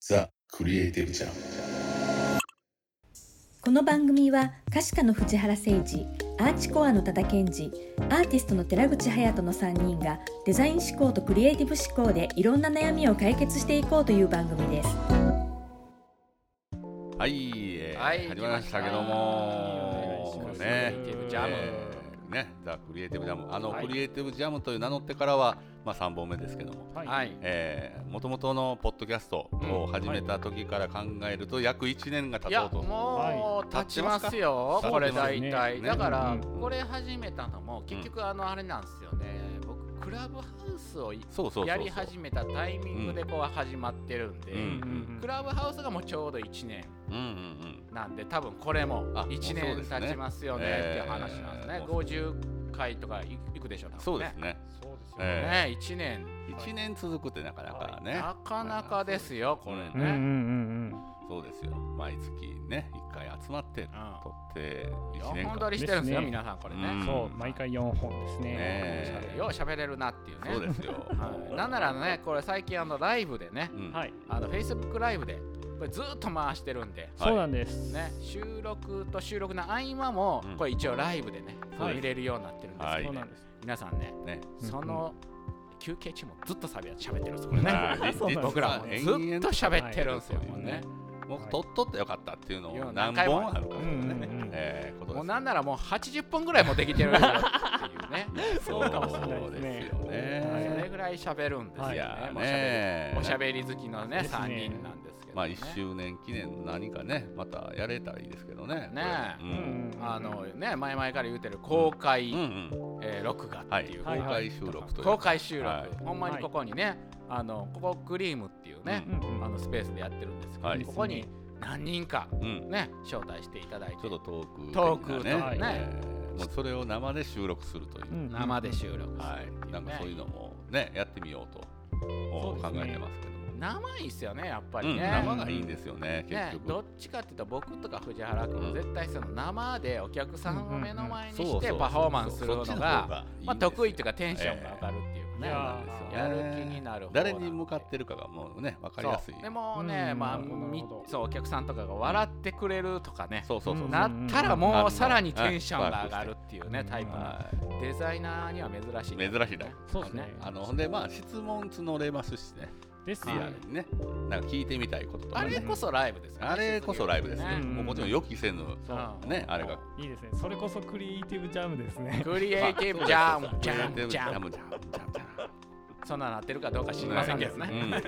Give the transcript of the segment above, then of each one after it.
ザ・クリエイティブ・ジャンこの番組は歌詞家の藤原誠二アーチコアの多田健二アーティストの寺口隼人の3人がデザイン思考とクリエイティブ思考でいろんな悩みを解決していこうという番組です。はい、えーはい始まりましたけども、お願いしますね、クリエイティブジャムーね、ザクリエイティブジャム、あの、はいクリエイティブジャムという名乗ってからは、まあ三本目ですけども、はい。はい。えー、元々のポッドキャストを始めた時から考えると約一年が経いとやうと、もう経ちますよ、はいこれ経ってます大ね体、ねだから、うんうんこれ始めたのも結局あのあれなんですよね、僕クラブハウスをいそうそうそうそうやり始めたタイミングでこう始まってるんで、うんうんクラブハウスがもうちょうど1年うんうんうん、なんで多分これもあ1もうそうですね年経ちますよねっていう話なんですね、えー50回とかいいくでしょう多分そうですね、そうですよえね。ね1年一年続くってなかなかね、なかなかですよこれね、ううんんううんんそうですよ、毎月ね一回集まって撮って一年本間撮、りしてるんですよですね皆さんこれね、ううんん。そう、毎回四本ですねね。よう喋れるなっていうね。そうですよ、はいなんならね、これ最近あのライブでね、うんはい。あの Facebook ライブで、これずっと回してるんで、そうなんです。ね、収録と収録の合間もうん、これ一応ライブでね、はい見れるようになってるんですはけいそどうねなん、です。皆さんね、 ね。うんその休憩中もずっと喋ってるんです、これまあね。じそうなんです僕らもねず実っとは延々喋ってるんですよ、もうね。もう取っとってよかったっていうのいやを何本あるかとうかんね、うんうん。えーことですもようなんならもう80本ぐらいもできてるっていう ね、そうかもしれないですねですよね。それぐらい喋るんですよはいねやー。もう喋ねりおしゃべり好きのね、ですね3人なんですけどね。まあ1周年記念の何かねまたやれたらいいですけどね。ねえううんんうんあのね前々から言うてる公開、うんうんえー録画はっいていう、公はい開収録という公開収録、はいほんまにここにね、あのここグリームっていうねう、んうんあのスペースでやってるんですけど、はいここに何人かうんね招待していただいてちょっとトークトーク的なとかねえーもうそれを生で収録するという、うん生で収録するはっていなんかそういうねのもねやってみようとそう考ですねえてますけども、生いいっすよねやっぱうりんね,、生がいいんですよねね結どっ局。ちかっていうと僕とか藤原君うはん絶対その生でお客さんを目の前にそうそうしてそうパフォーマンスするのそっち方がいいんですよまあ得意というかテンションが上がるっていうかね、ええそうなんですよねやる気になる方なん誰でに向かってるかがもうね分かりやすいそうでもね、うんまあなるほどみなるほどそうお客さんとかが笑ってくれるとかね、そうそうそううんなったらもうさらにあのテンションが上がるっていうねうんタイプのはデザイナーには珍しい珍しいねそうですねい。あのほんでまあ質問募れますしねですリね。アルにねなんか聞いてみたいこととかあねれこそライブですよねあれこそライブですねねもうもちろん予期せぬそうねあれがいいですね。それこそクリエイティブジャムですね。クリエイティブジャンジャンジジャャンムジャムジャムジャそんななってるかどうか知りませんけどねムうんい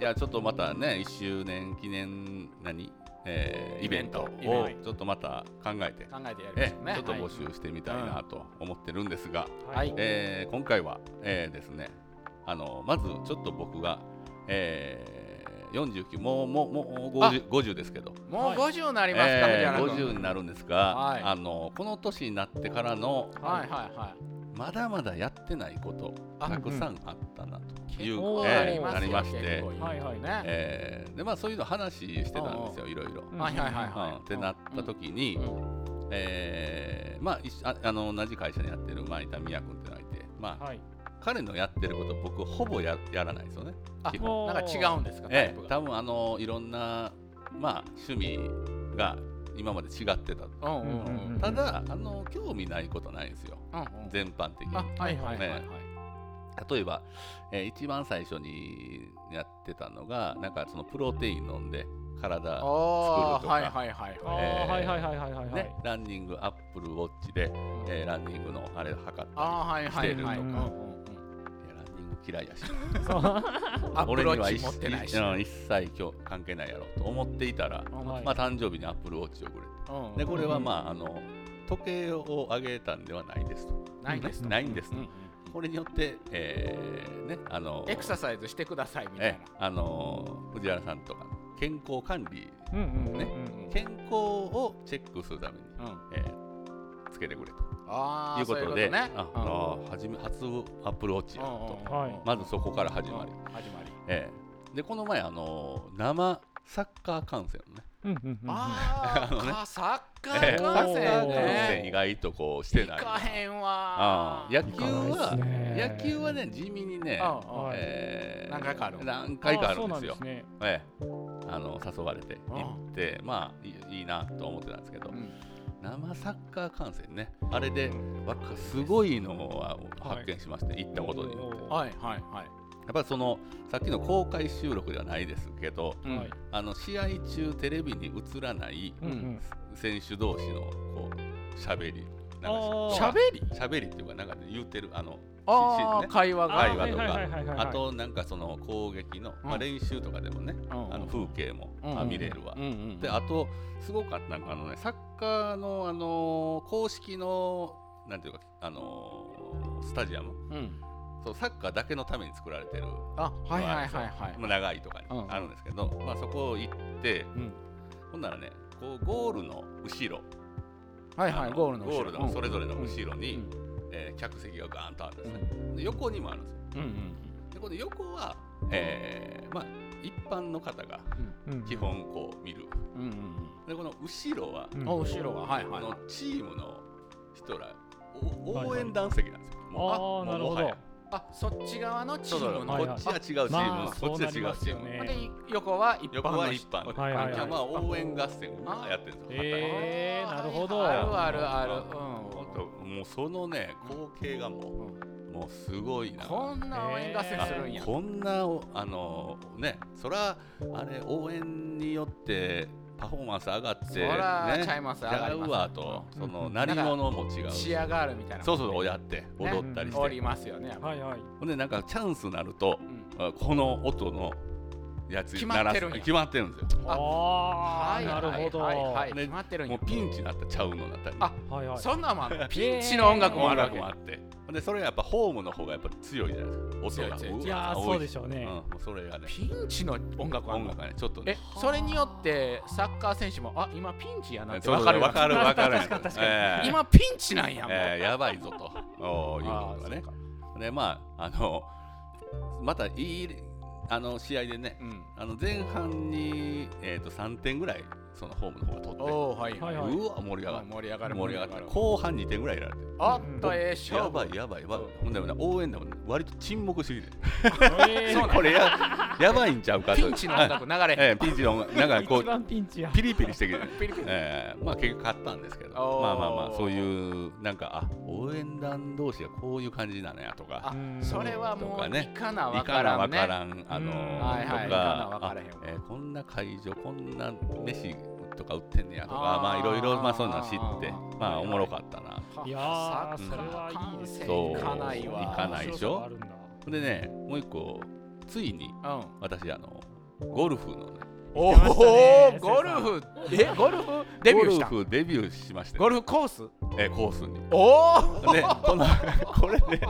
やちょっとまたね1周年記念何えーイベントをイベンちょっとまた考えて考えてやりまえしょうえねちょっと募集してみたいなと思ってるんですがはい、はいえー今回は、えーですねあのまずちょっと僕が、えー、49もうもうもう 50, 50ですけど、もう50になりますか、えー藤原君50になるんですが、はいあのこの年になってからのはいはいはいまだまだやってないことあたくさんあったなとい結う、構あえりーますよ、なりまして、はいはいね、えーでまあ、そういうの話してたんですよいろいろ。はいはいはいうん、ってなった時に、うんえーまあ、一緒ああの同じ会社にやってる前田美也君っていうのがいて、まあ、はい。彼のやってること僕ほぼややらないですよね。あ基本なんか違うんですかタイえプえ、が、多分あのいろんな、まあ、趣味が今まで違ってたうんうんうんうんただあの興味ないことないんですようんうん全般的にあはいはいはいはいね例えば、えー一番最初にやってたのがなんかそのプロテイン飲んで体あ作るとーかはいはいはいあはいあえーはいはいはいはいはいはいね。ランニングアップルウォッチで、えーランニングのあれ測ったりあーはいはしていはいはいうるんとうかんうんいやランニング嫌いやしそう。アップ俺ロにはー一チ持ってないし一うん一切今日関係ないやろと思っていたら、はいまあ、誕生日にアップルウォッチをくれてうんでこれはまああの時計を上げたんではないですと。ないですとないんですうと、んこれによって、えーねあのエクササイズしてくださいみたいええあの藤原さんとか健康管理うんうんうんねうん。健康をチェックするために、なうんえーつけてくれとああいうことでねあうんあー初め初アップルウォッチやなうんうんとうんはいまずそこから始まり、うん始まりええでこの前あの生サッカー観戦のね、うんうんうんうんああのねーかサッカええーサ観ッカ戦ー観戦意ね外とこうしてない行かへんわああ野球行かは、ないっすね野球はね地味にね、ああはいえー何回かある何回かあるんですあよそうなんですねええあの誘われてああ行ってまあいいいいなと思ってたんですけど、うん生サッカー観戦ねあれでわっかすごいのは発見しまして、行ったことによってやおーはいはいはいっぱりそのさっきの公開収録ではないですけどうんはいあの試合中テレビに映らないうんうん選手同士のこう喋りなんかあーし喋りゃべりっていうかなんか言ってるあのあしあし会話が会話とあーかはいはいはいはいはあいとなんかその攻撃の、まあ、うん練習とかでもね、あの風景も、うんあ見れるわ。うんうんであとすごかったのがあのねサッカーのあのー公式のなんていうかあのースタジアムうんそうサッカーだけのために作られてる、あはいはいはいはいまあ、長いとかにうんあるんですけど、まあ、そこ行って、うんほんならねこうゴールの後ろはいはあいのゴールの後ゴーろルのそれぞれのうん後ろに、うんえー客席がガーンとあるんですうねん、で横にもあるんですようんうんでこの横は、えーまあ、一般の方がうん基本こう見るうんうんでこの後ろは、うんうんあ後ろははいあはいのチームの人らおはいは応い援団席なんですよ。もうあーもうなるほもどはやあそっち側のチそうそうームのはいこはっいちは違うチーム、まあこっちは違うチそうなりますーよム。ねで横は一般の横は一般。はいはいはいじゃあまあ応援合戦をやってるんですよ。えへーあーなるほどあるあるある。ほんともうそのね光景がもうんうもうすごいな。こんな応援合戦するんや。こんなおあのねそらあれ応援によってパフォーマンス上がってそらねちゃいます上が違りますうわとうんその鳴り物も違うし。チアガールみたいな。そうそうそうやってね踊ったりして。おりますよね。はいはいほんでなんかチャンスになると、うんあこの音のやつ決まってる鳴んやらす決まってるんですよ。ああはーいなるほどはいはいはいね決まってるんもやう。ピンチになったちゃうのなったり、あはいはいそんなんもあんのピンチの音楽もあ音るわ楽け。もあって、ほんでそれがやっぱホームの方がやっぱり強いじゃないですか。音が強い強いわいやー多そうでしょううん、ねもうそれがね、ピンチの音楽あん音の楽がねちょっとねえ、それによってサッカー選手も、あ、今ピンチやなってそうわそうかるよわうになかる。るわかる。確かに確かにええ今ピンチなんやもうええやばいぞとおーいうあのーがね。でまああのまたいいあの試合でね、うん。あの前半にえっ、と3点ぐらいそのホームの方が取って、おおはいははいい。はいうんうわ盛り上がった。盛り上がる盛り上がった後半2点ぐらいやられておっとええ勝や負ばいやばいやばいほんでもね応援でもね割と沈黙してきてえーそうなんこれややばいんちゃうかとピンチの音楽流れへんええピンチのなんかこ 一う番ピンチやピリピリしてきてピリピリええまあ結局勝ったんですけどおーまあまあまあそういうなんかあ応援団同士がこういう感じなのやとかあそれはもとかういねかなわいかからなんわねからんあのうんはといはいいかかなわからへんわあええこんな会場こんな飯とか売ってんねやとかあーまあいろいろまあそういうの知ってあーまあはいはいおもろかったなうんいやはーそれはいいですねそう行かないわ行かないでしょ面白さがあるんだでねもう一個ついにうん私あのゴルフのねお行ってましたねおゴルフえゴルフデビューしたゴルフデビューしましてゴルフコースえコースにお おでこのこれね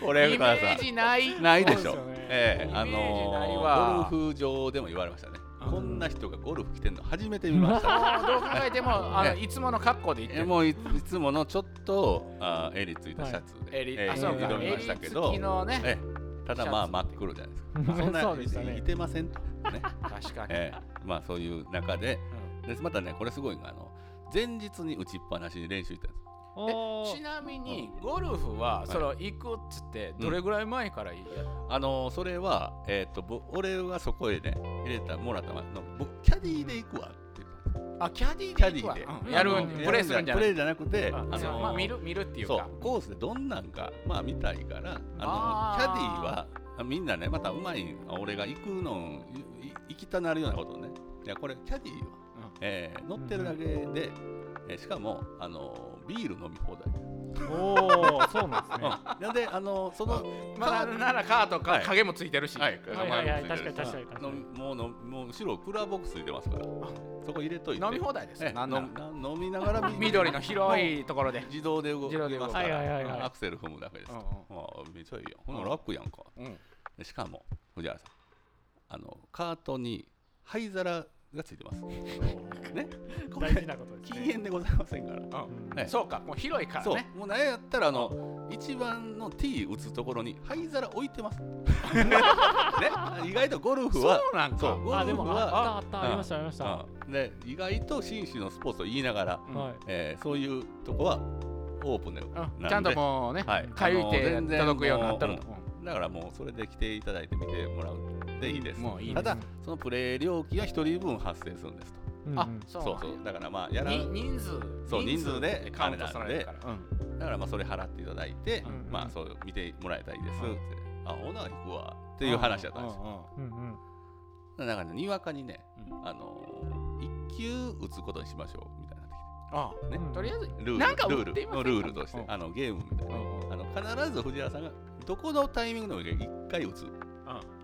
これイメ岡田ーさジないんないでしそうょすよね ええあイメージないのわーゴルフ場でも言われましたねうんこんな人がゴルフ来てんの初めて見ま したあーどう考えてもあのねいつもの格好で行ってえるもういいつものちょっとあー襟ついたシャツで、襟えあそうか挑み襟ました付けどきのねええただまあシ真ャっツ黒じゃないですかそそんう なそうでしたいねてませんとね確かにええまあそういう中でうんでまたねこれすごいのがあの前日に打ちっぱなしに練習行ったんですおえーちなみにゴルフはそれ行くっつってどれぐらい前からやっあのそれはえっ、とぼ俺はそこへね入れたもらったまの僕キャディーで行くわって言ったんですあキャディキャーディでー行くわで、うんんやるあのプレーするんじゃなプいレーじゃなくてああのまあ見る見るっていうそかうコースでどんなんかまあ見たいからああのーキャディーはあみんなねまたうまい俺が行くのいい行きたなるようなことをねいやこれキャディーは、うんえー乗ってるだけで、えーしかもあのビール飲み放題、おーそうなんですねうん、 なんであのそのまだあるならカーとはかい影もついてるし、はいはいはいはい確かに確かにのもうのもう後ろクーラーボックスついてますからそこ入れといて飲み放題ですよ、ええなんなら飲み飲みながら 緑の広いところで、自動で動き自動で動まくすからはいはいはいはいアクセル踏むだけです、うんうんああめっちゃいいやんほな楽やんか、うんでしかも藤原さんあのカートに灰皿がついてますねこ大事れなことですね。禁 煙でございませんからうんねそうか、もう広いからそうね。もうなんやったらあの一番の T 打つところに灰皿置いて ます、ね、意外とゴルフはそうなんそうか。ゴルフはあ、でも、ああった、あった、うんありました、ありました。はうんで意外と紳士のスポーツと言いながら、うんい。えーそういうとこはオープンでうんなんちゃんともうね、はいかゆい手届くようになったらあの全だからもうそれで来ていただいて見てもらうでいいですもういいたですだそのプレー料金は1人分発生するんですとうんあうん、そそううそうなんやだからまあやらにだ人数そう人数でカウントされるからうんからまあそれ払っていただいて、うんうんまあそう見てもらいたいですって、うんあほな行くわっていう話だったんですよ、うんうん。だからねにわかにねうんうんうんあのー、1球打つことにしましょうみたいになってきてあねうんとりあえずルールなんかル売ーっルていませんかのルールとして、うんあのゲームみたいな、ねうんあの必ず藤原さんがどこのタイミングでもいいから1回打つ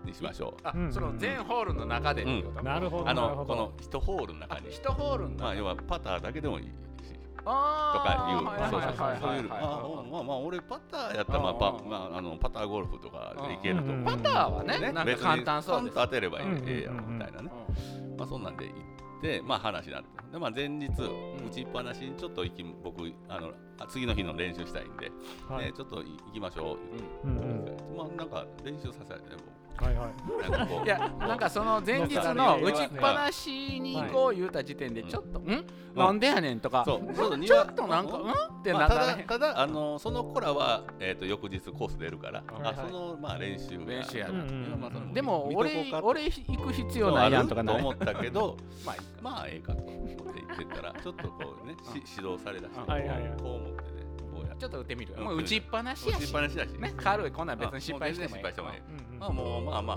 にしましょう。あうんその全ホールの中でっていうことなるほど。あなるのほこどの1ホールの中に、一ホールのまあ、中要はパターだけでもいいしとかいう、あーそうはそういそうはいそう、はいいうまはいあはいまあまあ俺パターやったら、まあパうんまあ、あのパターゴルフとかでいけると思ううんパターはねなんか別に簡単そうですパンと当てればいい、うんうんうんええやろみたいなね、まあ、そんなんで行って、まあ、話になるで、まあ、前日打ちっぱなしにちょっと行き僕あのあ次の日の練習したいんで、はねい。ちょっと行きましょう言ってうんうん。まあなんか練習させられてねもはいはい。うなんかこういやなんかその前日の打ちっぱなしに行こう言うた時点でうんちょっと「んなんでやねん」とかそうちょっとちょっとなんか「ん?」ってまなあ、んたかだねただあのその子らはえっ、と翌日コース出るから、はいはいあそのまあ練習や練習やなうんうんうんまあそのでも見とこ俺うかと俺行く必要ないやんとかなあるると思ったけど まあいいまあええかと思って言ってた らちょっとこうねし指導されだして、はいはいはいこうこう思ってねこうやってちょっと打ってみるうんもう打ちっぱなし打やちっしぱなしだしね軽いこんなん別に失敗してもあいもう全然い失敗してもいいうんうん まあもうまあま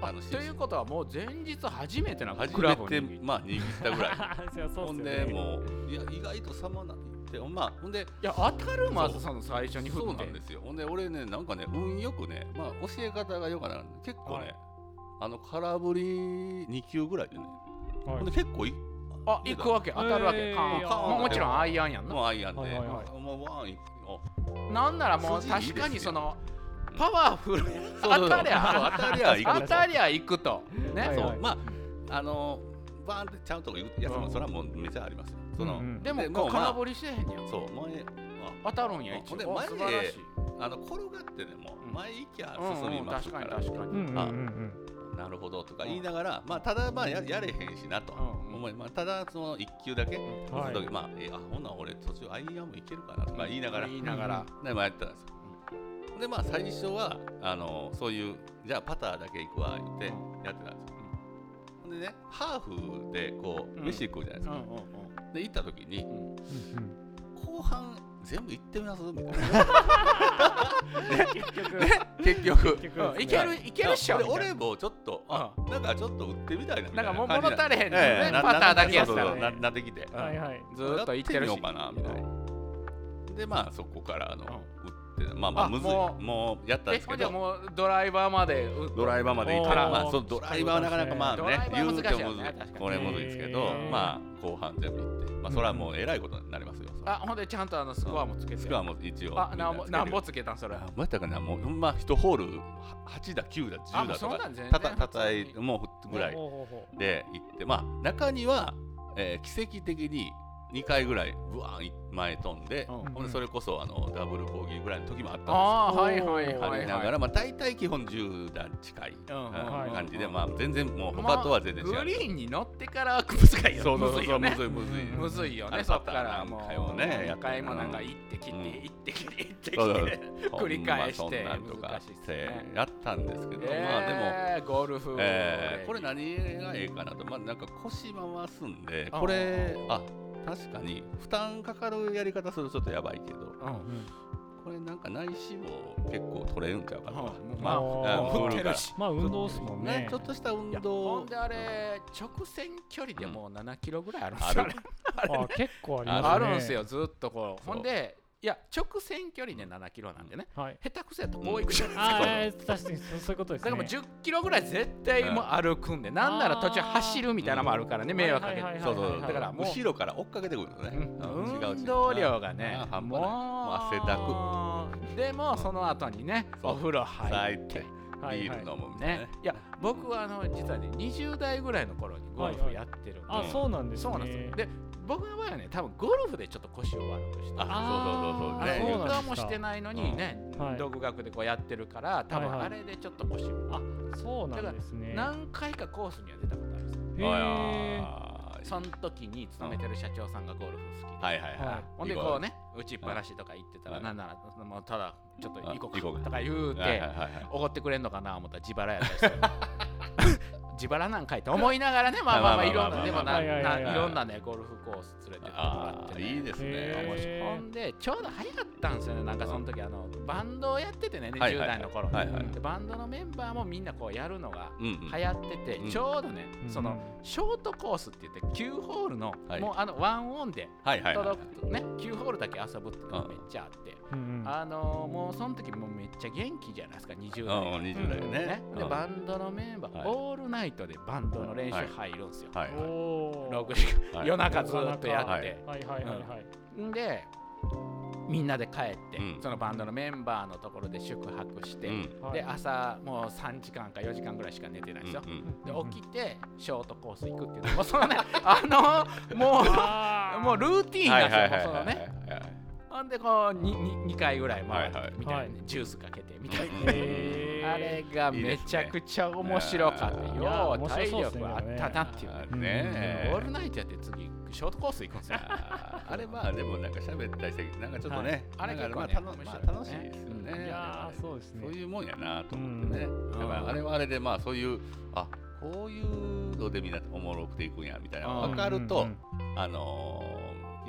ああのということはもう前日初めてなの初クラブめてにまあ握った ぐらいそうそうほっんすよでね。もういや意外とさまないってまあほんでいや当たるまそずうその最初に振ってそうなんですよほんで俺ねなんかね運よくねまあ教え方がよかったんで結構ね、はいあの空振り2球ぐらいでね、はいほんで結構いあ行くわけ当たるわけえーカーンいやカーンもうもちろんアイアンやんなもうアイアンで、はいはいはいもうワンいおなんならもう筋いいです確よかにそのパワフルそうそうそう当たりゃそう当たりゃいく当たりゃ行くとはねいそうまああのバーンってちゃんとこ行くいやつもうんそれはもうめちゃありますよその、うんうんでもでこもうまあ空振りしてへんねやそう前当たるんや一ほんで応お前へ素晴らしいああの転がってでもうん前行きゃうん進みうんます確か、からに確かうんにうんうんうん。なるほどとか言いながら、まあ、ただまあややれへんしなと、うんうん思いまあ、ただその1球だけ、打はつい時まあ、えーあほな俺途中アイアンもいけるかなとか言いながら、言いながらでまあやってたんですよ。でまあ最初はあのそういうじゃあパターだけ行くわ言ってやってたんですよ。ほんでねハーフでこううん飯行くじゃないですうんか。うんで行った時にうんうんうん後半全部行ってみ ますみたいな。結局。結局結局うんいけるいけるっしょでみたいな俺もちょっとあなんかちょっと打ってみたいなみたないんなかもう感物じな足りへんえねえパなターだけやったならそうそうなねなってきて。うんはいはい。ずーっと行ってるやしみようかなみたいな。でまあそこからあの、打ってまあまああむずいももううやったんえですほけんじゃどもうドライバーまでうドライバーまで行ったおらーまあそのドライバーはなかなかまあドライねバー言はう難てしいよねもむずい確かにこれむずいですけへどーまあ後半全部行ってまあそれはもうえらいことになりますよあほんでちゃんとあのスコアもつけてスコアも一応あなんぼなんぼつつけたんそれまたかなもうほんま一ホール8だ9だ10あもうだとそんなかん全然たたたたいもうぐらいほうほうほうで行ってまあ中にはえー奇跡的に2回ぐらいブワーンい前飛んでうんほんでそれこそあのダブルボギーぐらいの時もあったんですよああはいはいはいあはいりながら、まあ、大体基本10段近いうんうんうん感じで、うんまあ、全然もうまあ他とは全然違う。グリーンに乗ってから難いよそうそうそむずういそう、よむねずいむずい。むずいよあねれそっからパもターうン何回もねやっ何て回もなんかうん行ってきうてん行ってきて行 ってきそうそうて繰り返してほんまそんなんとか難しいっすねせやったんですけど、まあでも、えーゴルフえーこれ何がええかなと、まあ、なんか腰回すんで、これ、あ確かに負担かかるやり方するとちょっとやばいけど、うんうんこれなんか内脂肪結構取れるんちゃうかな。うんまあ、あーうん振るから。まあ運動っすもんねね。、ちょっとした運いやほ動んであれ直線距離でもう7キロぐらいあるんですあよる。あ結構ありますね。あるんですよ。ずっとこうそうほんでいや直線距離で7キロなんでねはい。下手く そやとこういくじゃないですか、あー確かにそうそういうことですだかね。らもう10キロぐらい絶対もう歩くんで、なんなら途中走るみたいなのもあるからね、迷惑かけて、はいはいそうそうそうだからもう後ろから追っかけてくるのね、うん違う違う運動量がねあー半端ないもうもう汗だでもその後にねそうお風呂くさい入っっててはいビはーいル飲むみたいなねね、いや僕はあの実はね20代ぐらいの頃にゴルフやってるんで、あ、そうなんですそね。うなんですよで僕の場合はね多分ゴルフでちょっと腰を悪くしてああそうそうそうそうーねそう僕なはんでもうすしかてないのにね、はい独学でこうやってるから多分はいはいあれでちょっと腰を、そうなんですね。何回かコースには出たことあるんですよへーあーその時に勤めてる社長さんがゴルフ好きで、はいはいははいい。ほんで行こうね打ちっぱなしとか言ってたら、はいなんならもうただちょっと行こあ行こううかかとか言うて、はいはいはいはい。怒ってくれんのかな思ったら自腹やったりして 自腹なんかいと思いながらねまあまあまあいろんなでもまあなまあまあないろんなねゴルフコース連れてってもらあっあて、ね、いいですへね。ーほんでちょうど流行ったんですよねなんかその時あのバンドをやっててねはい10はいはい代の頃はいはいでバンドのメンバーもみんなこうやるのがうんうん。流行ってて、うんちょうどね、うんそのショートコースって言って9ホールの、はいもうあのワンオンではいはいはい届。くとね9ホールだけ遊ぶっていうのがめっちゃあって、うんうんあのーもうその時もうめっちゃ元気じゃないですか20代うん、二十代うんねね。でバンドのメンバー、はいオールナイトでバンドの練習はい入るんですよ、はいはいおー6時間はい。夜中ずっとやって、はいはいはいはいはい。んでみんなで帰って、うんそのバンドのメンバーのところで宿泊して、うんはいで朝もう3時間か4時間ぐらいしか寝てないんですよ、うんうんで起きてショートコース行くっていうのもうそ のねあのも あうー もうルーティーンはいなんはいはいはですいよもうそのねほんでこう 2, 二回ぐらい回ってはいはいみたいなね、はジュースかけてみたいな、うんへーあれがめちゃくちゃ面白かったいいですねよう体力あったなっていうはねい。ねえオールナイトやって次ショートコース行くんですよあーあれまあでもなんか喋ったりしてなんかちょっとはね、あれなんかまあ結たの構ねま面あ白い楽しいですよね。いやーそうですねそういうもんやなと思ってね。んだからあれはあれでまあそういうあこういうのでみんなおもろくていくんやみたいなうん分かると、うんうんあのー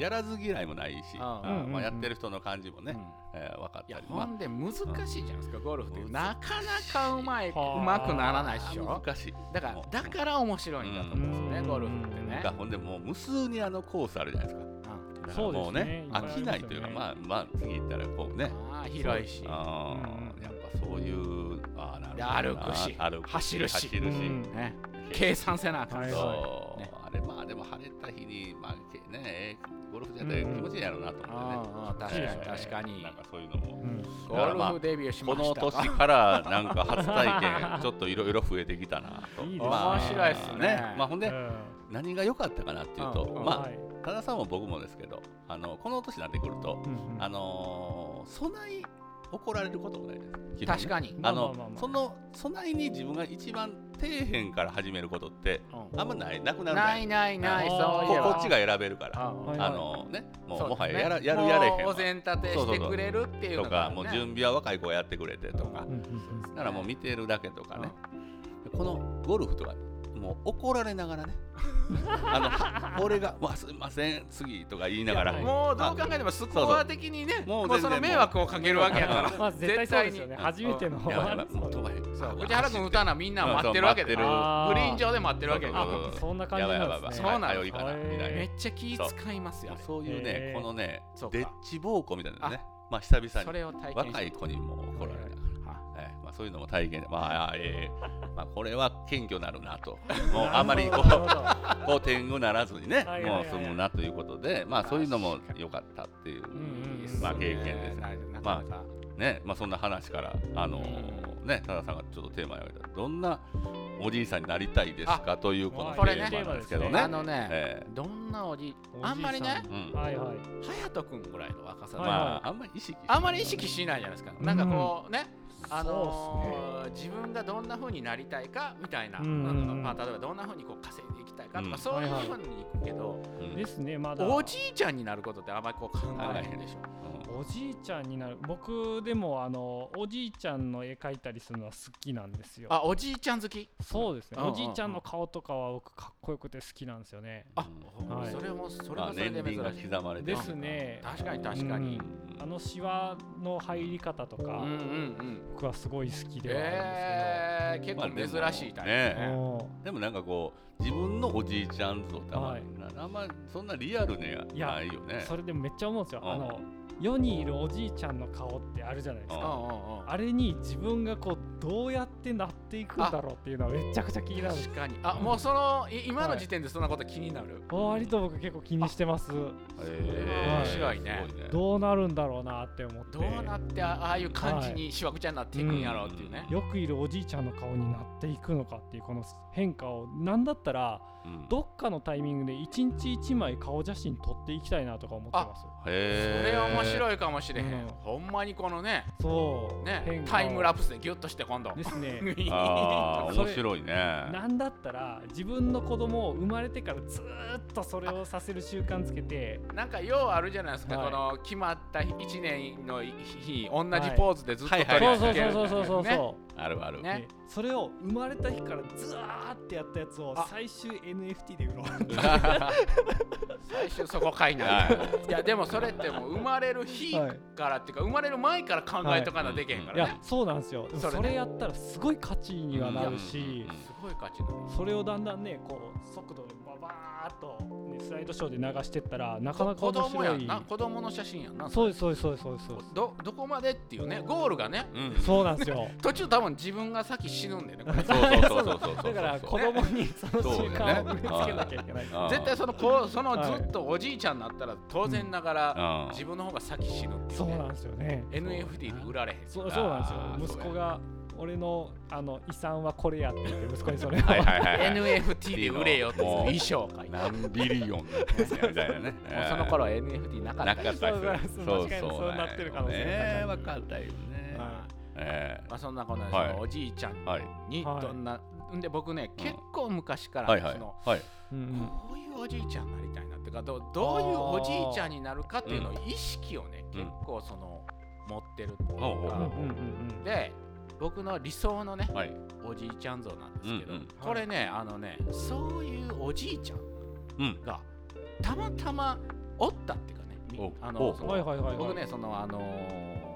やらず嫌いもないし、うんあうーんまうんあ、やってる人の感じもうね、んえー分かっいたやり、ほんで難しいじゃないですかゴルフってうんなかなかうまいはうあまくならないでしまあょ難しい。だからだから面白いんだと思うんですようんねゴルフってねらほんでもう無数にあのコースあるじゃないですか。うんだからそうでもうすねいねっぱいあります飽よねきないというかまあまあ次行ったらこうね。ああ広いしあうんうんーやっぱそういうあーなるほどなで歩くし歩く走るし走るし、うんね計計算せなあかんはいそうそう、ねあれまあでも晴れた日に、まあけね、えーゴルフじゃったら気持ちいいやろうなと思ってね。ああ確かにえー確かになんかそういうのも。うんゴルフデビューしこまのした年からなんか初体験 ちょっといろいろ増えてきたなと。いいですねまあ面白いっすねまあほんうでん何が良かったかなっていうと、うんうんまはいあ多田さんも僕もですけど、あのこの年になってくると、うんうんあのー備え怒られることもないです。基本ね確かにまああまあのまあまあその備えに自分が一番底辺から始めることってうんあんまないなくなるじゃないないないあそーういこえばこっちが選べるから。うんはいあのね、もうもはややらそうですやねるやれへんもうわお膳立てしてくれるっていうとのか、がねもう準備は若い子がやってくれてとか、うんうんだからもう見てるだけとかね、このゴルフとか、もう怒られながらね、あのは俺が、わすいません、次とか言いながら、いやもうどう考えてもスコア的にねももう全う然その迷惑をかけるわけやからまあ絶対そうですよ絶ね。対初めて の。やばいやばいもう飛あばへん、そう藤原君歌うのはみんな待ってるわけでうんそグうリあーーン上で待ってるわけでそうそうあそんな感じやばいやなばいんやばい、ですそうね。なん早いですから、へーみんなめねっちゃ気使いますよそういうねへ、ーこのねそ、うかでっち暴行みたいなね、まあ久々そにれを体験し若い子にも怒られながら。ははいまあ、そういうのも体験で、まああええまあ、これは謙虚なるな と、もうあまりこなるうほどなるほこう天狗ならずにね、はいはいもはうい済むなということで、まあそういうのも良かったっていう、んうんいいっすねまあ経験ですねなかなかね、まあそんな話から、あのーね、多田さんがちょっとテーマに挙げた、どんなおじいさんになりたいですかというこのあテこれねーマなんですけどまね。ああのねえどんなおじどあんまりねえおじうんいさんはいはい。隼人君ぐらいの若さはいはいでまああんまり意識しないあんまり意識しないじゃないですかなんかこうねあそうっのー自分がどんな風になりたいかみたいな、うんうんまあ、例えばどんな風にこう稼いでいきたいかとか、うんそういう風にいくけど、うすんね。ですね。まだ。おじいちゃんになることってあんまりこう考えないでしょ、おじいちゃんになる。僕でもあのおじいちゃんの絵描いたりするのは好きなんですよ。あおじいちゃん好きそうですね。うんうんおじいちゃんの顔とかは僕かっこよくて好きなんですよね。あ、はいそれもそうんれまあもそれ年で珍輪しい、が刻まれてるですね。確かに確かに、あのシワの入り方とうん、かうんうん僕はすごい好きではあえー、結まあでも構珍しいタイプるんですけど。ねねもでもなんかこう自分のおじいちゃん像ってあんま,、はいあんまそんなリアルにはないようね。それでもめっちゃ思うんですよ。うんあの世にいるおじいちゃんの顔ってあるじゃないですうかんうんうんうんあれに自分がこうどうやってなっていくんだろうっていうのはめちゃくちゃ気になる確かにあもうそのい今の時点でそんなこと気になる、割と僕結構気にしてますえ面白いねすごいねどうなるんだろうなって思ってどうなってあああいう感じにしわくちゃになっていくんやろうっていうね、よくいるおじいちゃんの顔になっていくのかっていうこの変化をなんだったらうんどっかのタイミングで一日一枚顔写真撮っていきたいなとか思ってますへそえれは面白いかもしれへん、うんほんまにこのねそうね変化をタイムラプスでギュッとして今度です ねああそ面れ白いねなんだったら自分の子供を生まれてからずーっとそれをさせる習慣つけてなんかようあるじゃないですか、はこいの決まった1年の日同じはいポーズでずっとはいそはういはいそうそうそうそうそうねそあるある う、ねねそれを生まれた日からずーってやったやつをあ最終 NFT で売ろう最初そこかいなはいやでもそれってもう生まれる日はいからっていうか生まれる前から考えとかなでけへんかいらねや、 そうなんですよそそれねれ,、やったらすごい価値にはなるしうんすごい勝ちだそれをだんだんねこう速度でババーっと、ね、スライドショーで流してったらなかなか子面供や白んいな子供の写真やんなそうですそうですそうですそうですそうでどどこまでっていうねゴールがねうんすそうなんですよ途中多分自分が先死ぬんでねこれそうそうそうそうそうそうだから子供にその習慣を植え付けなきゃいけない、うん絶対そのこうそのはいずっとおじいちゃんになったら当然ながらうん自分の方が先死ぬっていそううねなんですよね NFT で売られへんそうそうなんですよそう息や子が俺のあの遺産はこれやって言って息子にそれをはいはいはいはい NFT で売れよっていうもう衣装かいもう何ビリオンだったみたいなねその頃は NFT なかっなたかったですそそうそううそそううそうなってる可能性ねわかんないよねまえあそんなこんなではいそのおじいちゃんえはいにはいどんな、んで僕ね結構昔かはいらはそいの、はいうんこういうおじいちゃんになりたいなっていうかどうどういうおじいちゃんになるかっていうのを意識をね、うん結構その持ってるっていうか、ほうほううんうんほうんうんで僕の理想のねはいおじいちゃん像なんですけど、うんうんこれねあのねそういうおじいちゃんうんがたまたまおったっていうかねみおあおのそのはいはいはいはい僕ねそのあのー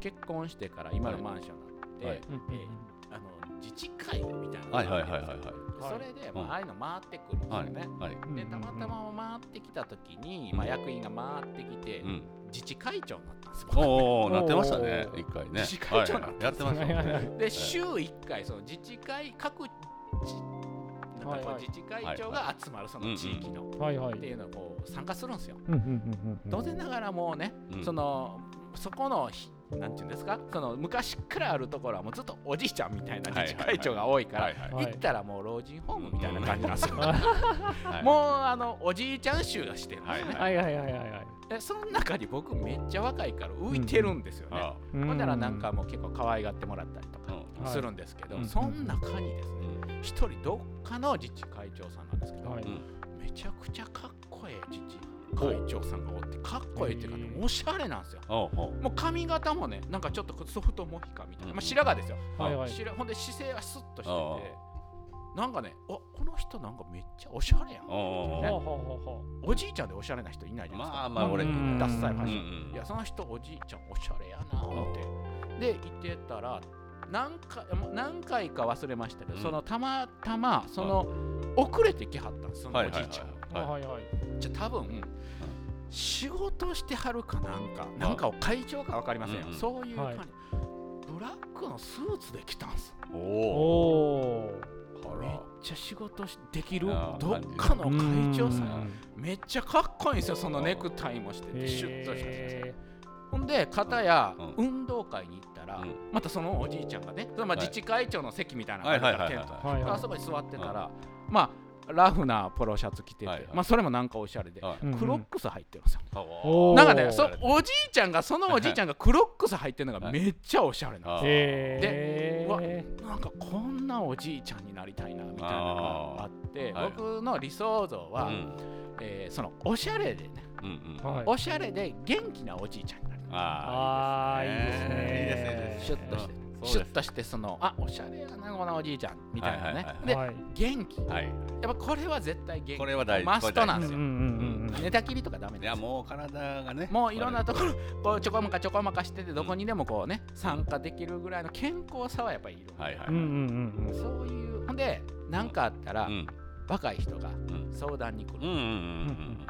結婚してから今のマンションになって、はいうんうんうんあの自治会みたいなのがはいはいはいはいあはるいんですよはいそれで、まあうんああいうの回ってくるんですよね、はいうんうんでうんたまたま回ってきた時に、まあ、役員が回ってきて、うん自治会長になったんですよおおなってましたねおー一回ね自治会長はいはいやってましたもんはいはいはねで週1回その自治会各自なんかこはういはい自治会長が集まるその地域のはいはいっていうのをこう参加するんですよ。うんうんうんうん当然ながらもうね、うんそのそこのひなんていうんですかその昔からあるところはもうずっとおじいちゃんみたいなはいはいはい自治会長が多いから、はいはいはい行ったらもう老人ホームみたいな感じなんですよ。はい もうあのおじいちゃん臭がしてるんですね、はいはいはいはいはいはいでその中に僕めっちゃ若いから浮いてるんですよね。あうんほんならなんかもう結構可愛がってもらったりとかはいするんですけど、うんその中にですねうん一人どっかの自治会長さんなんですけど、はいめちゃくちゃかっこええ自治会長さんがおってかっこええっていうかねへえおしゃれなんですよおうおうもう髪型もねなんかちょっとソフトモヒカンみたいな、うんまあ、白髪ですよ、はいはい白ほんで姿勢はスッとしてああてなんかねおこの人なんかめっちゃおしゃれやんおうおうはあおはうあはあはおじいちゃんでおしゃれな人いないじゃないですか、まあまあ俺うんダッサいファうんッシうョン、んいやその人おじいちゃんおしゃれやな思ってでいてたら何回何回か忘れましたけど、うんそのたまたまその遅れてきはったんですそのおはいじいちはゃん、いはいあはいはいはいじゃあ多分仕事してはるかなんかなんかを会長か分かりませんよ、うんうんそういうはい感じ、ブラックのスーツで来たんですおおおおめっちゃ仕事しできるあーどっかの会長さうんんめっちゃかっこいいんですよそのネクタイもしててシュッとしたやつへほんで片やうん運動会に行ったら、うんまたそのおじいちゃんがねそのまあはい自治会長の席みたいなのがはあいるかはいらはいテはいントーはいあはそこに座ってたら、まあラフなポロシャツ着てて、はいはいまあ、それもなんかおしゃれで、はいいクロックス入ってるんですよ、おおーなんかねそおーおじいちゃんがそのおじいちゃんがクロックス入ってるのがめっちゃおしゃれなの、あーでへえうわなんかこんなおじいちゃんになりたいなみたいなのがあってあーはい僕の理想像は、うんえーそのおしゃれでねうんうんはいおしゃれで元気なおじいちゃんになりたいあーいいですねあーいいですねシュッとしてうんシそうュでッとしてそのあおしゃれやなこのおじいちゃんみたいなね、はいはいはいで、はい元気やすはいっぱこれは絶対元気これは大事マストなんうんでうんすうよ、んうん寝たきりとかダメいなやんですよもう体がねもういろんなところこうちょこまかちょこまかしててどこにでもこうね参加できるぐらいの健康さはやっぱりいる、はいはいうんうんうんうんそういうほんで何かあったら、うん若い人がん相談に来る、うんうんうんうんうんうんう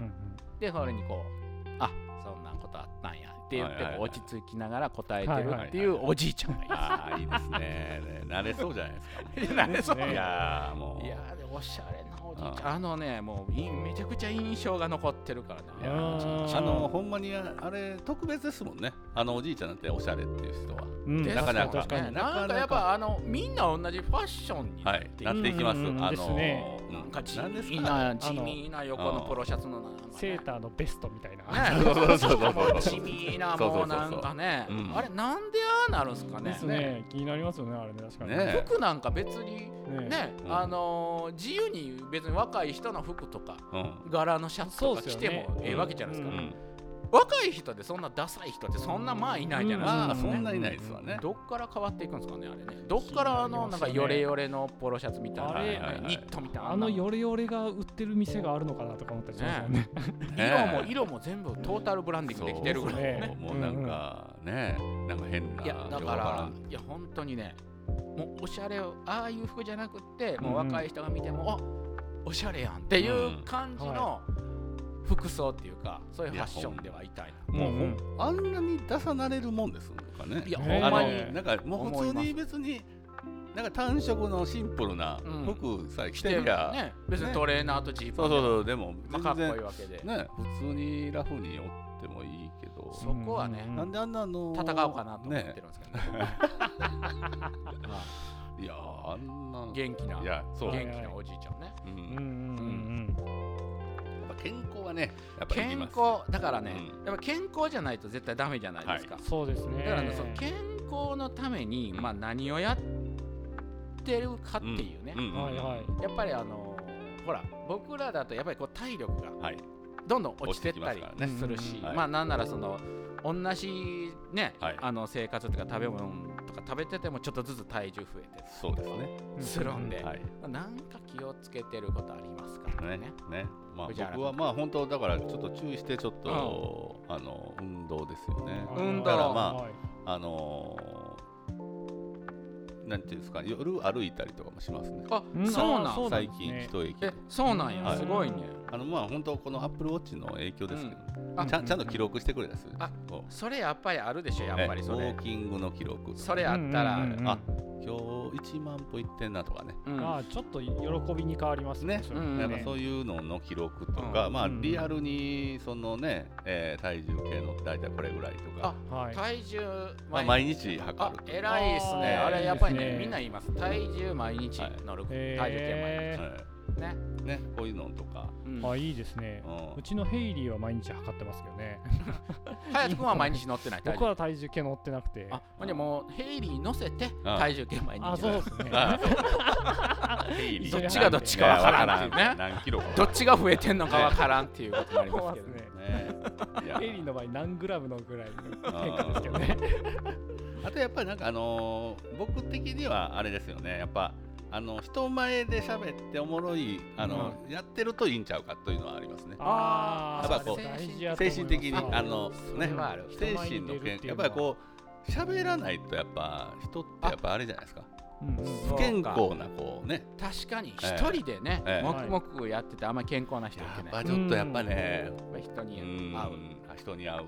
んでそれにこうあそんなことあったんやって言っはいはいてはい落ち着きながら答えてるっていはいはういはいおじいちゃんがいまああいいですねね慣れそうじゃないですかも すなんでそういいねやーもういいやーでおしゃれなおじいちゃあんあのねもういめちゃくちゃ印象が残ってるからねいやあーあのほんまにああれ特別ですもんねあのおじいちゃんなんておしゃれっていう人はうんですなかなか確かにねなんかやっぱあのみんな同じファッションになはっいていなるっていきます、うんうんうんあですのねうんなんか地なんです味かな地味な横のポロシャツのなんかねセーターのベストみたいな、ねそうそうそうそうもう地味なそうそうもそううなんかねうんあれなんでああなるんすかねですね気になりますよねあれね確かにね服なんか別にねね、うんあのー自由に別に若い人の服とかうん柄のシャツとかそうっ着すよねてもええわけじゃないですうか、ん、若い人でそんなダサい人ってそんなまあいないじゃないですか、まあうんそんないないですわね、どっから変わっていくんですかねあれねどっからあのなんかヨレヨレのポロシャツみたいな、あれはいニットみたいなあのヨレヨレが売ってる店があるのかなとか思ったりしますもんね色も色も全部トータルブランディングできてるぐらいらいそうもうなんかねなんか変ないいやだからいや本当にねもうおしゃれをああいう服じゃなくってもううんうん若い人が見ても、あおしゃれやんっていう感じの服装っていうかそういうファッションではいたいな。もう、うんうんあんなに出さなれるもんですかねいやねほあんまのになんかもう普通に別になんか単色のシンプルなうん服さえ着着ててるや、ね別にトレーナーとジーそうパンそうでそうでもま全あかっこい然いわけで、ね普通にラフに折ってもいいけどそこはねうんなんであんなあの戦おうかなと思ってるんねですけどねまあいやあんな元気ないやそう、元う気なおじいちゃんねうんんうやんうんっぱ健康はねやっぱり健きま康すだからね、うんやっぱ健康じゃないと絶対ダメじゃないですか、うんそうですねだからね、その健康のために、まあ、何をやってるかっていうね、うんうんはいはいやっぱりあのーほら僕らだとやっぱりこう体力がはいどんどん落ちてった落ちてきりますからねするし、うんはいまあなんならその同じね、はいあの生活とか食べ物とか食べててもちょっとずつ体重増えてそうですねするんで、はいなんか気をつけてることありますからねね。ねまあ藤原君僕はまあ本当だからちょっと注意してちょっと、あの運動ですよねはい運動だからまあはいあのーなんていうんですか夜歩いたりとかもしますねあうんそうあなんそうなんで最すね近一駅えそうなんや、はいすごいね。あのまあ本当このアップルウォッチの影響ですけど、んあちゃんちゃんと記録してくれたりするあこうそれやっぱりあるでしょやっぱりそえウれォー。キングの記録それあったら、うんうんうんあ今日1万歩行ってんなとかねうんああちょっと喜びに変わりますねねそれうんなんかそういうのの記録とか、うんまあうんリアルにそのね、えー体重計の大体これぐらいとかあはい体重まあ、毎毎日あ測るとか偉いっすねあーあれやっぱりいいでねすねみんな言います体重毎日乗る、はい体重計毎日ね、はいねこういうのとか、うん、あいいですねうんう ちのヘイリーは毎日測ってますけどね隼人君は毎日乗ってない体僕重は体重計乗ってなくてあほんでもうヘイリー乗せてあ体重計毎日あそうですねあそうヘイリーどっちがどっちかわからんっていうねいやわからん何キロかわかどらんっちが増えてんのかわからんっていうことになりまそすうけでどすねねねいやヘイリーの場合何グラムのぐらいの変化ですけどねあとやっぱりなんかあのー僕的にはあれですよねやっぱあの人前で喋っておもろいあの、やってるといいんちゃうかというのはありますねあーやっぱこう大事やと思精い神ます的にはいあのねれはある精神の健やっぱりこう喋らないとやっぱ人ってやっぱあれじゃないですかうんうんそう不か健康なこうね確かにええ一人でね、ええ黙々やっててあんまり健康な人いやけっない、ぱちょっとやっぱねやっぱ人うにん合う、人に合う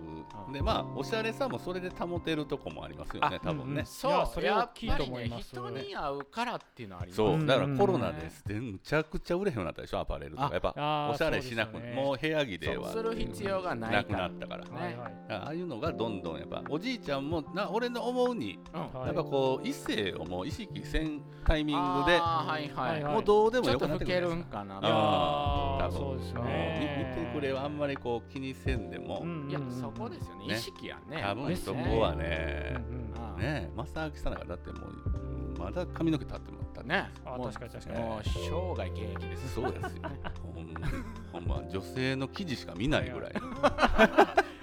うんでまあおしゃれさもそれで保てるとこもありますよね多分うんうねんそういやそれはやっ大きいぱとり思ねいます人に合うからっていうのはありますそううんだからコロナですでむちゃくちゃ売れへんようになったでしょアパレルとあかやっぱあーおしゃれしなくそうですよねもう部屋着でそうはする必要がなないくかならったからだかはいはいらああいうのがどんどんやっぱおじいちゃんもな俺の思うにうんはいやっぱこう異性をもう意識せんタイミングであーはいはい、はいもうどうでもちょよっとくなっ老てくけるじゃなるいんですかかなといやあー多分そうですうんねみ見てくれはあんまりこう気にせんでも、うんうんうんいやそこですよねね意識や多ねやっぱり分ねそこはねうんうんうねんえ正明さんなんかだってもうまだ髪の毛立ってもらったねあもう確かに確かにもう生涯現役ですそうですよほんまにほんま女性の記事しか見ないぐらい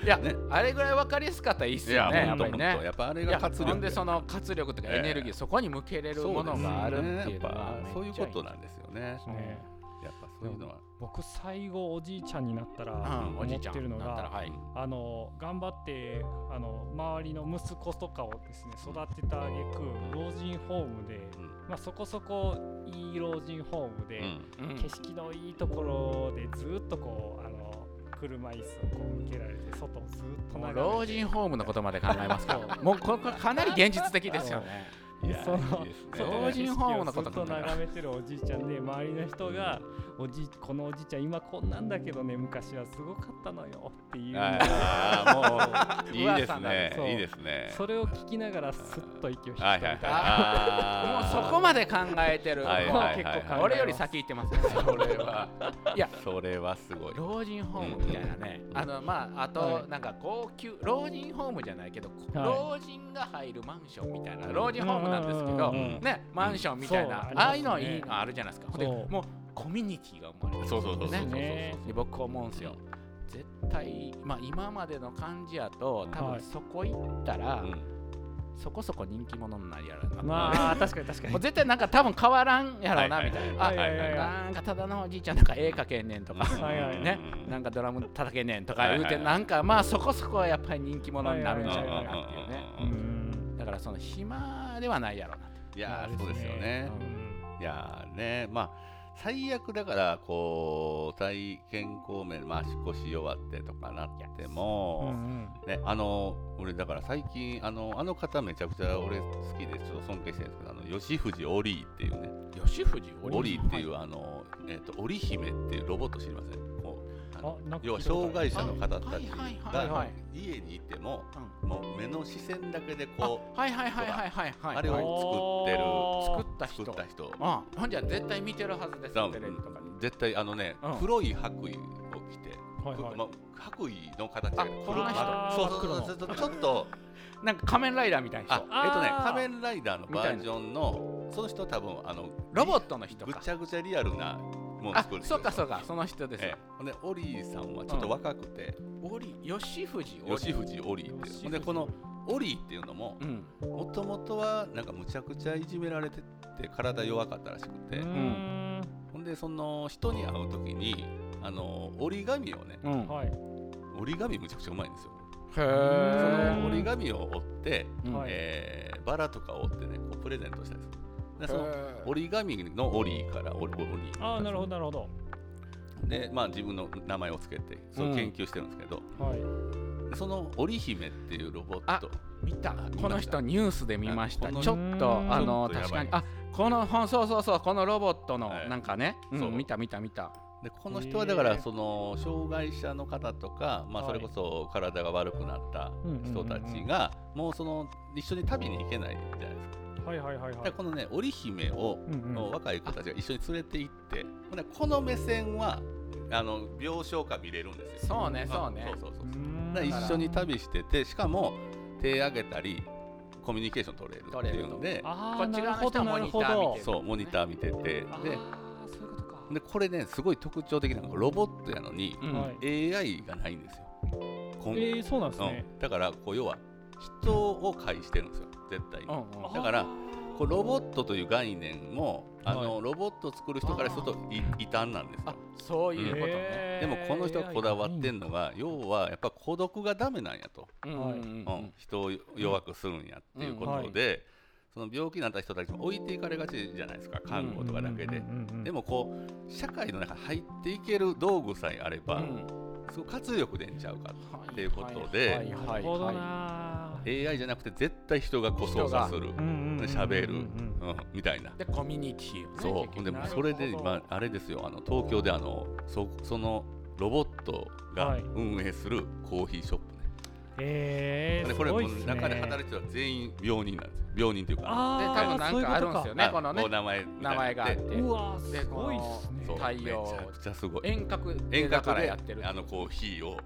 いや、ねあれぐらい分かりやすかったらいいっすよねやっほぱんりとねやっぱあれいがや活力ほんでその活力とかエネルギー、ええそこに向けれるそうもですよのねがあるっていうのやっはぱそういうことなんでですよねねやっぱそういうのは僕最後おじいちゃんになったらうん、おじいちゃ思ってんるのがだったらはい、あの頑張ってあの周りの息子とかをですね育てた挙句老人ホームで、うんまあ、そこそこいい老人ホームで、うんうん景色のいいところでずっとこうあの車椅子をこう向けられて外をずっともう眺老めて人ホームのことまで考えますかそうらもうこれかなり現実的ですよねいや そのいいですね外老人ホームのことずっと眺めてるおじいちゃんで周りの人がおじいこのおじいちゃん今こんなんだけどね昔はすごかったのよっていう、あーもういいです噂なんでそうねいいですね それを聞きながらすっと息を引き取りたはいいはいはいもうあーそこまで考えてる、はいはいはい結構は考いえ俺より先行ってますねそれはいやそれはすごい老人ホームみたいなね、あのまああはといなんか高級老人ホームじゃないけど、は老人が入るマンションみたいな老人ホームなんですけど、うんうんうんうんねマンションみたいな、そうああいうのありますねいいのあるじゃないですかそうでもうコミュニティが生まれてるそうそうそうそうねそうそうねで僕思うんですよ絶対まあ今までの感じやと多は分いそこ行ったら、うんそこそこ人気者になるやろうな、まあ確かに確かもうに絶対なんか多分変わらんやろうなはいはいみたいな、はいはいはいあなんかただのおじいちゃんなんか絵描けんねんとかはいはいねうんなんかドラム叩けねんとか言うはいてはいなんかまあそこそこはやっぱり人気者になるんじゃはいはないいはかいなっていうねううんうんうんうんんだからその暇ではないやろうな、いやーそうですよねううんいやーねまあ最悪だからこう体健康面まあ足腰弱ってとかなってうんうも、んねあの俺だから最近あのあの方めちゃくちゃ俺好きでちょっと尊敬してるんですけどあの吉藤オリーっていうね吉藤オリーっていうあのえっ、と織姫っていうロボット知りませんこうあのあなんか要は障害者の方たちあはいはいはいがはい家にいてもうんもう目の視線だけであこうはいはいはいはいはいはいあれを作ってるあー作った人作った人あほんじゃ絶対見てるはずですだよテレビとかに絶対あのね、うん黒い白衣を着て、はいはいま、白衣の形があ黒この人まそう黒のそうそうそうちょっとなんか仮面ライダーみたいなあ人あーえっとね仮面ライダーのバージョンのその人多分あのロボットの人ぐかちゃぐちゃリアルなものあ作る人そうかそうかその人ですえよえほんでオリーさんはちょっと若くて、オリ吉藤オリ吉藤オリーっていうほんでこのオリーっていうのもうんもともとはなんかむちゃくちゃいじめられてて体弱かったらしくて、ううんほんでその人に会う時にあの折り紙をねうんはい折り紙むちゃくちゃうまいんですよへそーの折り紙を折って、うんはいえーバラとかを折ってねこうプレゼントしたりするでそのへー折り紙の折りから折り折りああなるほどなるほどで、まあ、自分の名前をつけてそううん研究してるんですけど、はいでその織姫っていうロボット見た見ましたこの人ニュースで見ましたあちこのょっとあのちょっとや確ばかいにあこのほんそうそうそうこのロボットのはいなんかね、うんそう見た見た見たでこの人はだかへらーその障害者の方とか、まあ、はそいれこそ体が悪くなった人たちがもうその一緒に旅に行けないじゃないですか。はいはいはいはでいこのね織姫をうんうんの若い子たちが一緒に連れて行って、ほんでこの目線はあの病床下見れるんですよ。そうねそうねそうそうそううそうーんだからら一緒に旅しててしかも手挙げたりコミュニケーション取れるっていうのであこーっちなる側の人ほどはなモるニターほ見てるどそうモニター見ててであーそういうことかでこれねすごい特徴的なのがロボットやのにうんはい AI がないんですよ。こんえーそうなんですねうん、だからこう要は人を介してるんですよ絶対に。うんうんだからこうロボットという概念もあの、はロボットを作る人からするとい異端なんですあよ。そういうことね、へでーもこの人がこだわってんのが要はやっぱ孤独がダメなんやと、うんはうんいうん人を弱くするんやっていうことで、その病気になった人たちも置いていかれがちじゃないですか看護とかだけで。うんうんうんうんでもこう社会の中に入っていける道具さえあれば、うんすごい活力出んちゃうかはっていうことではいはいなはいるほどなー AI じゃなくて絶対人がこう操作する、うんうんうんうんうん喋る、うん、みたいな。でコミュニティをねそう結ほん局でなもるそれなでるほど今あれですよあの東京であのそそのロボットがはい運営するコーヒーショップね、えーですこれもうごいっすね中で働いてる人は全員病人なんですよ病人というかあでー多分なんかあるんですよねはいこのおね名前みたいな名前があでってうわーですごいっすねそう太陽めちゃくちゃすごい遠隔で遠だか隔らでやってるあのコーヒーを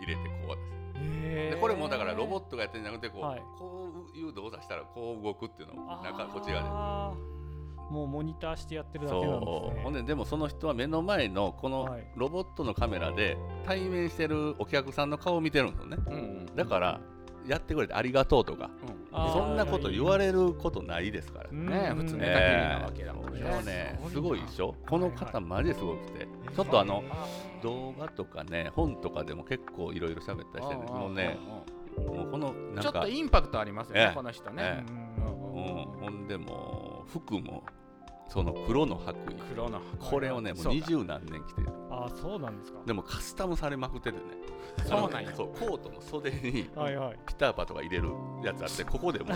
入れてこうですへーでこれもだからロボットがやってるんじゃなくてこう,、はいこういう動作したらこう動くっていうのあをーなんかこっち側でもうモニターしてやってるだけなんですそうねほんででもその人は目の前のこのはいロボットのカメラで対面してるお客さんの顔を見てるんですよねうんうんだからやってくれてありがとうとかうんあーそんなこと言われることないですからうんねえ普通うネタ切んりえなわけだもんねえーこれねすすごごいいでなしょこの方マジですごくてちょっとあの動画とかね本とかでも結構いろいろ喋ったりしてるんですもうねんんんもうこのちなょっんとかインパクトありますよね、ええこの人うね。んうんほんでもう服もその黒の白衣黒の箱これをねもうそう二か十何年着てるあーそうなんですかでもカスタムされまくっててね そうなんやあのそうコートの袖 にはいはいピターパとか入れるやつあってここでもう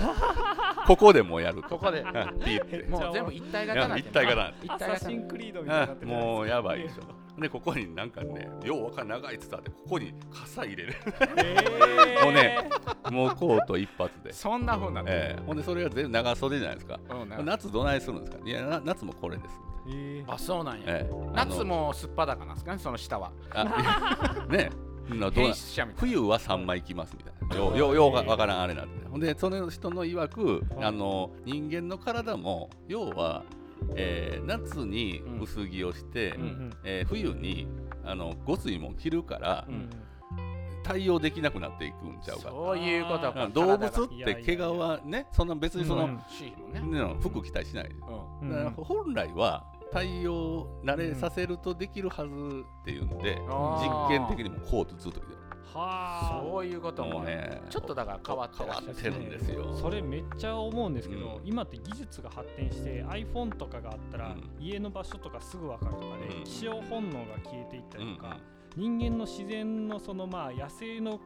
ここでもうやるとここでうんピーって もう全部一体型なんていや一体型一体アサ型シンクリードみたいになってうんるじゃないもうですかやばいでしょでここになんかねようわかん長いつつあってここに傘入 れるえーもうねもうコート一発 で、そんなふうなのええほんでそれが全部長袖じゃないですかうんなんか夏どないするんですかいやな夏もこれです、えーあそうなんやええあの夏もすっぱだかなんですかねその下はあね などう変な質者みたい冬は3枚着ますみたいなようようようがわからんあれなんでほんでその人の曰くはいあの人間の体も要は、えー夏に薄着をして、うんうんえー冬にあのごついもん着るからうんうん対応できなくなっていくんちゃなうかそういうことうかん動物体がって怪我はねそんな別にその、うんしいもんねね服着たりしないうんうんだから本来は対応慣れさせるとできるはずっていうんで、あー実験的にもコートずっと着てはあそういうことるももうねねちょっとだから変わって変らっわしゃるってるんですよそれめっちゃ思うんですけど、うん今って技術が発展して iPhone とかがあったら、うん家の場所とかすぐ分かるとかで、うん気象本能が消えていったりとかうん、人間の自然のそのまあ野生の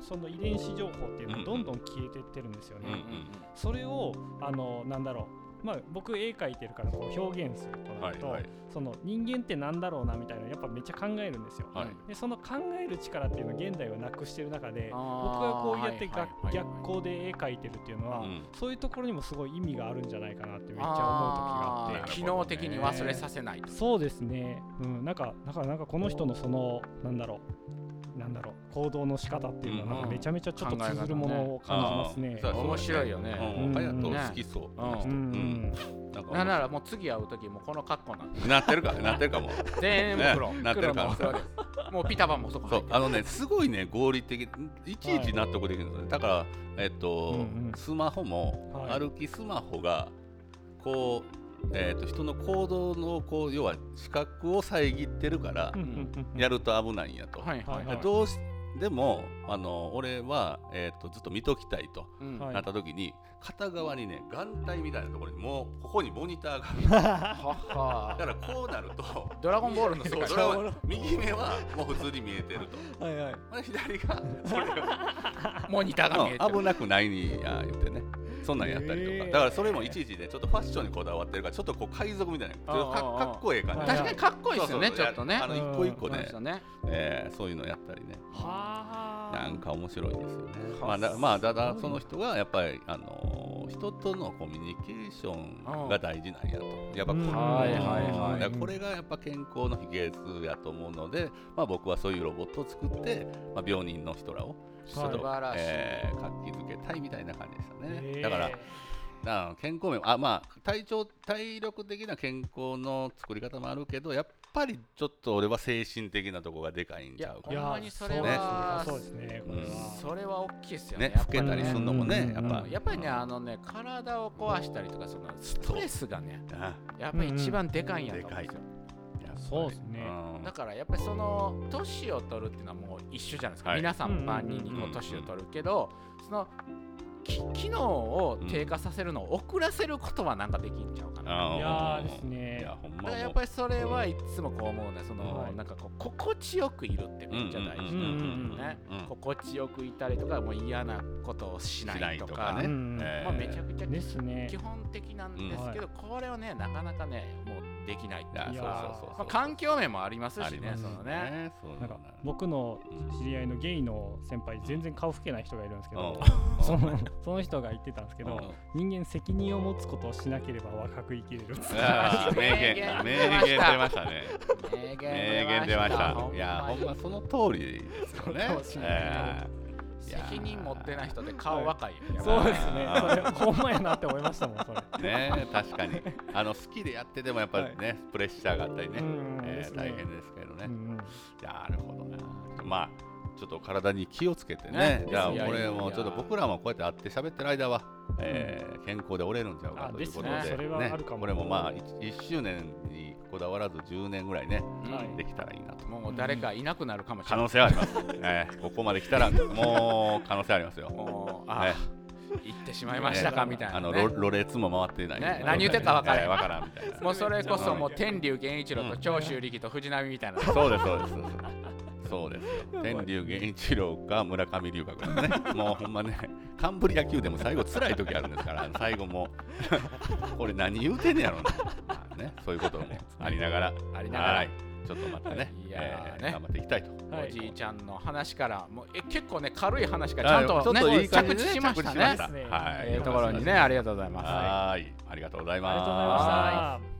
その遺伝子情報っていうのがどんどん消えていってるんですよね、うんうんうんそれをあのなんだろうまあ僕絵描いてるからこう表現するとなると、はいはいその人間ってなんだろうなみたいなのやっぱめっちゃ考えるんですよ、はいでその考える力っていうのを現代はなくしてる中であ僕がーこうやってが、はいはいはい逆光で絵描いてるっていうのは、うんそういうところにもすごい意味があるんじゃないかなってめっちゃ思う時がああっーてあ機能的に忘れさせないとそうですね、うん、なんかだからなんかこの人のそのなんだろうなんだろう行動の仕方っていうのはなんかめちゃめちゃちょっと通ずるものを感じますね。あー面白いよねうん、うハんヤト好きそう、うんうんなんかなんならもう次会う時もこの格好なんでなってるかなってるかも全部黒ねなってるから黒のお風呂ですもうピタパンもそこそ入っうてるあのねすごいね合理的いちいち納得できるんですよねだからえっと、うんうんスマホも、はい歩きスマホがこうえっと人の行動のこう要は視覚を遮ってるから、うんうんうんうんやると危ないんやと、はいはいははいいどうしでもあの俺は、えっとずっと見ときたいとうんはいなった時に、片側にね眼帯みたいなところにもうここにモニターがはっはだからこうな るとドラゴンボールの世界そうドラゴン右目はもう普通に見えてるとはいはいで左 がそれがモニターが見えてうんる危なくないにや言ってねそんなんやったりとか、えーだからそれもいちいちねちょっとファッションにこだわってるからちょっとこう海賊みたいなちょっとかあーあーかっこええ感じはい確かにかっこいいですよねそうちそうょっとねあの一個一個そうでねす、よねえーそういうのやったりねはあ。なんか面白いですよね。はまあ、だまあ、ただそうその人がやっぱり、あのー人とのコミュニケーションが大事なんやと。やっぱこれ、うんはいはいはいだからこれがやっぱ健康の秘訣やと思うので、まあ、僕はそういうロボットを作って、まあ、病人の人らを。ちょっと素晴らしいえー活気づけたいみたいな感じでしたね。えーだから、なあ健康面あまあ体調体力的な健康の作り方もあるけどやっぱりちょっと俺は精神的なとこがでかいんちゃうかいいややほんまにそれはそうですね。これは。それは大きいですよねねやっ老ぱけたりするのもねややっっぱぱりやっぱりねあのね体を壊したりとかそのストレスがねあやっぱり一番でかいんやと思うんですよやっぱりそうですねんだからやっぱりその年を取るっていうのはもう一緒じゃないですか、はい皆さん万人うんにうんうんこう年を取るけど、そのき機能を低下させるのを遅らせることはなんかできんちゃうかな、いやーですいね。やほんまもだかうらやっぱりそれはいつもこう思うねその、はいなんかこう心地よくいるってめっちゃ大事、うんうんねうん心地よくいたりとかもう嫌なことをしないしとかないとかねうんえまあ、めちゃくちゃですね基。本的なんですけど、これをねなかなかねもうできないっていうかいやそうそうそうそうまあ、環境面もありますあしりねますそよのねねそうなんか僕の知り合いのゲイの先輩全然顔老けない人がいるんですけど、うんそのその人が言ってたんですけうどん、人間責任を持つことをしなければ若く生きれ る。あー名言名言出ましたね名名言出ましたいやほんまその通りですよねそうですねえいや責任持ってない人で顔若いよ、やっぱそうですね。それほんまやなって思いましたもんそれ。ーね確かにあの好きでやっててもやっぱりねプレッシャーがあったりねうんえーですね大変ですけどねうんうんなるほどな。まあちょっと体に気をつけてねね。じゃあいやいやいや俺もちょっと僕らもこうやって会って喋ってる間は、えー健康で折れるんちゃうかあということで、ですねそれはあるかもこれもまあ 1, 周年にこだわらず10年ぐらいねうんはいできたらいいなと。もう誰かいなくなるかもし可 れない 能性はあります。えーここまで来たらもう可能性ありますよ。もうああ、行ってしまいましたかみたいな、あねのロロレツも回ってない、ね何言ってるか分からへんわからんみたいなもうそれこそもう天竜源一郎と長州力と藤波みたいな、そうですそうですそうですそうですよ天竜源一郎か村上龍角だ ねもうほんまねカンブリア宮殿も最後辛い時あるんですから最後も俺何言う てんねやろな、まあね、そういうこともありながらありながらはいちょっとまたねいやーえーね頑張っていきたいとはおいじいちゃんの話からもうえ結構ね軽い話からちゃんと,、ね、はいちょっといい感着じ地でしまし着た地ねですねはいええところにねありがとうございます。はいありがとうございありがとうございまますした。